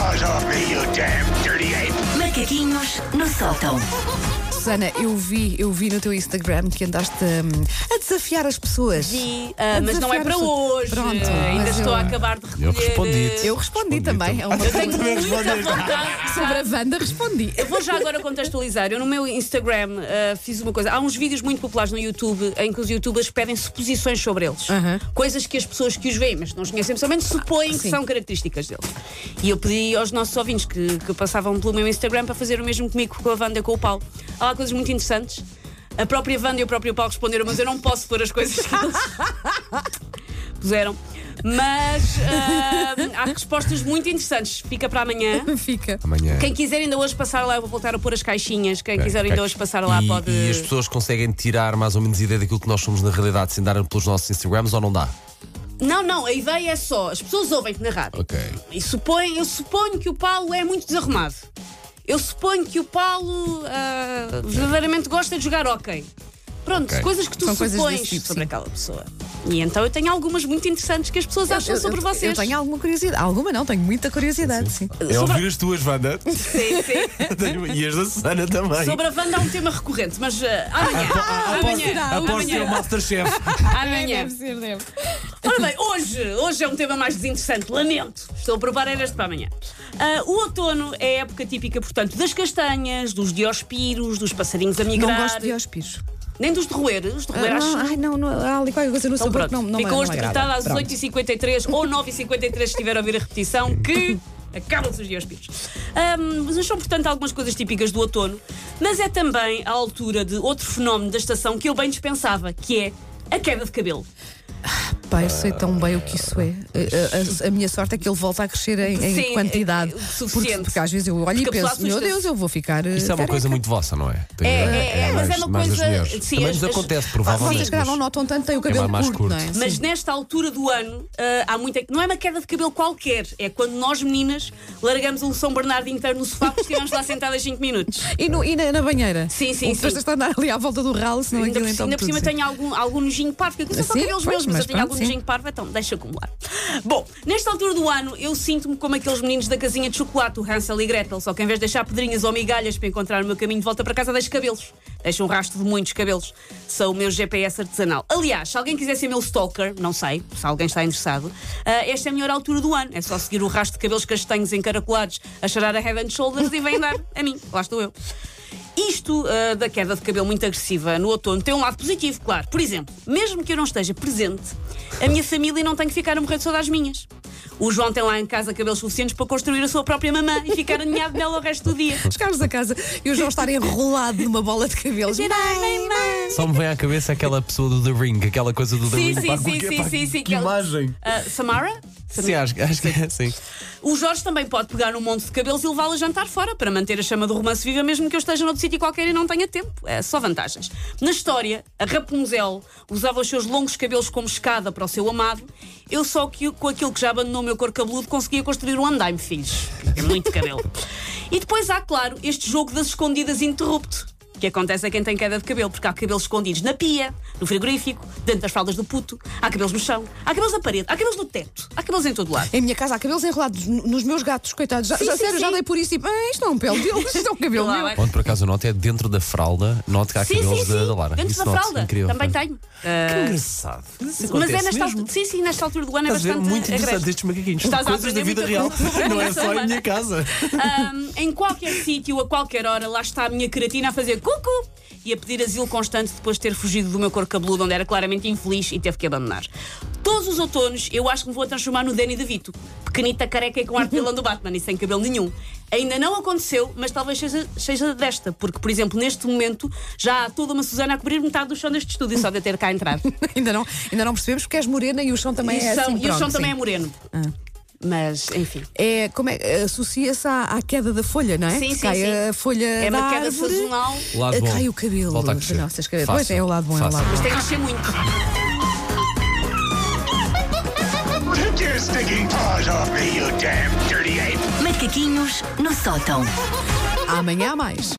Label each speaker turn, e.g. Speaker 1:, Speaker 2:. Speaker 1: You damn dirty ape!
Speaker 2: Macaquinhos no sótão.
Speaker 3: Susana, eu vi, eu vi no teu Instagram que andaste hum, a desafiar as pessoas.
Speaker 4: Vi, ah, mas não é para
Speaker 3: Desafiar-se.
Speaker 4: hoje.
Speaker 3: Pronto,
Speaker 4: Ah, ainda
Speaker 3: mas
Speaker 4: estou
Speaker 3: eu-
Speaker 4: a acabar de recolher.
Speaker 5: Eu respondi-te.
Speaker 3: Eu respondi também a uma
Speaker 4: Eu tenho
Speaker 3: pergunta
Speaker 4: muita vontade.
Speaker 3: sobre a Wanda, respondi.
Speaker 4: Eu vou já agora contextualizar. Eu no meu Instagram ah, fiz uma coisa. Há uns vídeos muito populares no YouTube em que os youtubers pedem suposições sobre eles.
Speaker 3: Aham.
Speaker 4: Coisas que as pessoas que os veem, mas não os conhecem pessoalmente, supõem que
Speaker 3: Sim.
Speaker 4: são características deles. E eu pedi aos nossos ouvintes que, que passavam pelo meu Instagram para fazer o mesmo comigo com a Wanda com o Paulo. Há lá coisas muito interessantes. A própria Wanda e o próprio Paulo responderam, mas eu não posso pôr as coisas que eles puseram. Mas ah, há respostas muito interessantes. Fica para amanhã.
Speaker 3: Fica.
Speaker 4: Então,
Speaker 5: Amanhã.
Speaker 4: Quem quiser ainda hoje passar lá, eu vou voltar a pôr as caixinhas. Quem
Speaker 5: Ok,
Speaker 4: quiser ainda
Speaker 5: ok.
Speaker 4: hoje passar lá,
Speaker 5: E-
Speaker 4: pode.
Speaker 5: E as pessoas conseguem tirar mais ou menos ideia daquilo que nós somos na realidade se andarem pelos nossos Instagrams ou não dá?
Speaker 4: Não, não, a ideia é só. As pessoas ouvem-te na rádio.
Speaker 5: Ok.
Speaker 4: E supõem, eu suponho que o Paulo é muito desarrumado. Eu suponho que o Paulo ah, verdadeiramente gosta de jogar hóquei. Pronto,
Speaker 5: Ok.
Speaker 4: coisas que tu
Speaker 3: São coisas
Speaker 4: supões
Speaker 3: desse tipo,
Speaker 4: sobre
Speaker 3: sim.
Speaker 4: aquela pessoa. E então eu tenho algumas muito interessantes que as pessoas acham sobre
Speaker 3: eu,
Speaker 4: vocês.
Speaker 3: Eu tenho alguma curiosidade. Alguma não, tenho muita curiosidade, sim.
Speaker 5: É ouvir as tuas, Wanda.
Speaker 4: Sim, sim.
Speaker 5: e as da Susana também.
Speaker 4: sobre a Wanda há um tema recorrente, mas ah, amanhã. amanhã.
Speaker 5: Após ter o
Speaker 4: amanhã.
Speaker 5: Masterchef.
Speaker 4: amanhã. Ora bem, hoje, hoje é um tema mais desinteressante, lamento. Estou a preparar este para amanhã. Ah, o outono é a época típica, portanto, das castanhas, dos diospiros, dos passarinhos a
Speaker 3: Não
Speaker 4: migrar.
Speaker 3: gosto de ospiros.
Speaker 4: Nem dos de roer. Os de roer
Speaker 3: Ah,
Speaker 4: acho.
Speaker 3: não, ai, não, não, há ali qualquer coisa no
Speaker 4: Então
Speaker 3: sabor que
Speaker 4: pronto,
Speaker 3: não, não
Speaker 4: fica
Speaker 3: me-
Speaker 4: hoje
Speaker 3: não é me
Speaker 4: decretada
Speaker 3: agrada.
Speaker 4: às
Speaker 3: Pronto.
Speaker 4: 8h53 ou 9h53 se estiver a ouvir a repetição que acabam-se os diospiros. Ahm, mas são, portanto, algumas coisas típicas do outono, mas é também a altura de outro fenómeno da estação que eu bem dispensava, que é a queda de cabelo.
Speaker 3: Pai, eu sei tão bem o que isso é. A, a- a minha sorte é que ele volta a crescer em, em
Speaker 4: Sim,
Speaker 3: quantidade.
Speaker 4: é- é suficiente.
Speaker 3: Porque, porque às vezes eu olho
Speaker 4: Porque a
Speaker 3: e
Speaker 4: pessoa
Speaker 3: penso, meu
Speaker 4: assusta-se.
Speaker 3: Deus, eu vou ficar. eh,
Speaker 5: Isso é uma coisa muito vossa, não é? Tem-
Speaker 4: É, é, é, mas é
Speaker 5: mais-
Speaker 4: uma
Speaker 5: mais das
Speaker 4: coisa-
Speaker 5: mulheres.
Speaker 4: sim,
Speaker 5: Também
Speaker 4: as-
Speaker 5: nos
Speaker 4: as-
Speaker 5: acontece,
Speaker 3: Vocês
Speaker 5: provavelmente.
Speaker 3: se calhar não
Speaker 5: mas-
Speaker 3: notam tanto, têm o cabelo
Speaker 5: mais
Speaker 3: curto, não Ah, é?
Speaker 5: curto.
Speaker 3: Sim.
Speaker 4: Mas nesta altura do ano ah, há muita. Não é uma queda de cabelo qualquer, é quando nós meninas largamos um São Bernardo inteiro no sofá porque estivemos lá sentadas 5 minutos.
Speaker 3: E, no- e na, na banheira?
Speaker 4: Sim, sim,
Speaker 3: O que
Speaker 4: sim.
Speaker 3: tens de andar ali à volta do ralo, senão
Speaker 4: ainda
Speaker 3: aquilo
Speaker 4: por,
Speaker 3: então.
Speaker 4: ainda por
Speaker 3: tudo
Speaker 4: cima
Speaker 3: sim.
Speaker 4: tenho algum, algum nojinho parvo, que eu não sou
Speaker 3: Sim, pois,
Speaker 4: cabelos meus, mas,
Speaker 3: mas
Speaker 4: eu tenho
Speaker 3: pronto,
Speaker 4: algum
Speaker 3: sim.
Speaker 4: nojinho parvo, então deixa acumular. Bom, nesta altura do ano eu sinto-me como aqueles meninos da casinha de chocolate, o Hansel e Gretel, só que em vez de deixar pedrinhas ou migalhas para encontrar o meu caminho de volta para casa, deixo cabelos. Deixo um rastro de muitos cabelos. São o meu GPS artesanal. Aliás, se alguém quiser ser meu stalker, não sei, se alguém está interessado, ah, esta é a melhor altura do ano. É só seguir o rastro de cabelos castanhos encaracolados, a cheirar a head and shoulders e vem dar a mim. Lá estou eu. Isto ah, da queda de cabelo muito agressiva no outono tem um lado positivo, claro. Por exemplo, mesmo que eu não esteja presente, a minha família não tem que ficar a morrer de saudades minhas. O João tem lá em casa cabelos suficientes para construir a sua própria mamã e ficar aninhado nela o resto do dia.
Speaker 3: assim? Chegares a casa e o João estar enrolado numa bola de cabelos.
Speaker 4: Mãe, mãe, mãe.
Speaker 5: Só me vem à cabeça aquela pessoa do The Ring, aquela coisa do The
Speaker 4: Sim,
Speaker 5: Ring.
Speaker 4: sim,
Speaker 5: Pá,
Speaker 4: sim,
Speaker 5: porque-
Speaker 4: sim,
Speaker 5: pá,
Speaker 4: sim, sim.
Speaker 5: Que imagem.
Speaker 4: Ah, Samara?
Speaker 5: Sim, acho, acho que é assim.
Speaker 4: O Jorge também pode pegar num monte de cabelos e levá-lo a jantar fora para manter a chama do romance viva, mesmo que eu esteja noutro sítio qualquer e não tenha tempo. É só vantagens. Na história, a Rapunzel usava os seus longos cabelos como escada para o seu amado. Eu só que com aquilo que já abandonou o meu cor cabeludo conseguia construir um andaime, filhos. É muito cabelo. e depois há, claro, este jogo das escondidas interrupto. Que acontece a quem tem queda de cabelo, porque há cabelos escondidos na pia, no frigorífico, dentro das fraldas do puto, há cabelos no chão, há cabelos na parede, há cabelos no teto, há cabelos em todo lado.
Speaker 3: Em minha casa há cabelos enrolados no- nos meus gatos, coitados. Já,
Speaker 4: Sim,
Speaker 3: já
Speaker 4: sim,
Speaker 3: sério, já
Speaker 4: sim.
Speaker 3: dei por isso tipo, ah, isto não é um pelo deles, isto é um cabelo
Speaker 4: Lá
Speaker 3: meu.
Speaker 4: vai.
Speaker 5: Onde por acaso eu noto é dentro da fralda, noto que há
Speaker 4: Sim, sim,
Speaker 5: cabelos
Speaker 4: sim.
Speaker 5: da, da Lara.
Speaker 4: Dentro
Speaker 5: Isso
Speaker 4: da
Speaker 5: noto,
Speaker 4: fralda.
Speaker 5: incrível.
Speaker 4: Também tenho.
Speaker 5: Que engraçado. Isso
Speaker 4: Mas é
Speaker 5: acontece
Speaker 4: nesta
Speaker 5: mesmo.
Speaker 4: altura, sim, sim, nesta altura do ano é
Speaker 5: Estás a ver
Speaker 4: bastante
Speaker 5: muito interessante
Speaker 4: agreste.
Speaker 5: estes macaquinhos.
Speaker 4: Estás a
Speaker 5: coisas da
Speaker 4: aprender
Speaker 5: vida real.
Speaker 4: muita coisa.
Speaker 5: Não é só em minha casa.
Speaker 4: Ahm, em qualquer sítio, a qualquer hora, lá está a minha queratina a fazer cucu e a pedir asilo constante depois de ter fugido do meu cor cabeludo, onde era claramente infeliz e teve que abandonar. Todos os outonos, eu acho que me vou transformar no Danny DeVito, pequenita careca e com arte de vilão do Batman e sem cabelo nenhum. Ainda não aconteceu, mas talvez seja, seja desta, porque, por exemplo, neste momento já há toda uma Susana a cobrir metade do chão deste estúdio, só de eu ter cá entrado.
Speaker 3: Ainda, não, ainda não percebemos porque és morena e o chão também
Speaker 4: E,
Speaker 3: é
Speaker 4: são-
Speaker 3: assim,
Speaker 4: e o
Speaker 3: pronto,
Speaker 4: chão
Speaker 3: sim. Ah.
Speaker 4: também é moreno. Mas, enfim.
Speaker 3: É, como é, associa-se à, à queda da folha, não é?
Speaker 4: Sim,
Speaker 3: Que
Speaker 4: sim,
Speaker 3: cai
Speaker 4: sim.
Speaker 3: a folha
Speaker 4: É
Speaker 3: da
Speaker 4: uma queda
Speaker 3: árvore,
Speaker 4: sazonal.
Speaker 5: Lado bom.
Speaker 3: Cai o cabelo
Speaker 5: Volta a
Speaker 3: das
Speaker 5: crescer.
Speaker 3: nossas cabeças.
Speaker 5: Fácil.
Speaker 3: Pois é, é o lado bom, é o
Speaker 5: Fácil.
Speaker 3: lado bom.
Speaker 4: Mas tem que crescer muito.
Speaker 1: Take your stinking paws off me, you damn dirty ape!
Speaker 2: Macaquinhos no sótão.
Speaker 3: Amanhã há mais.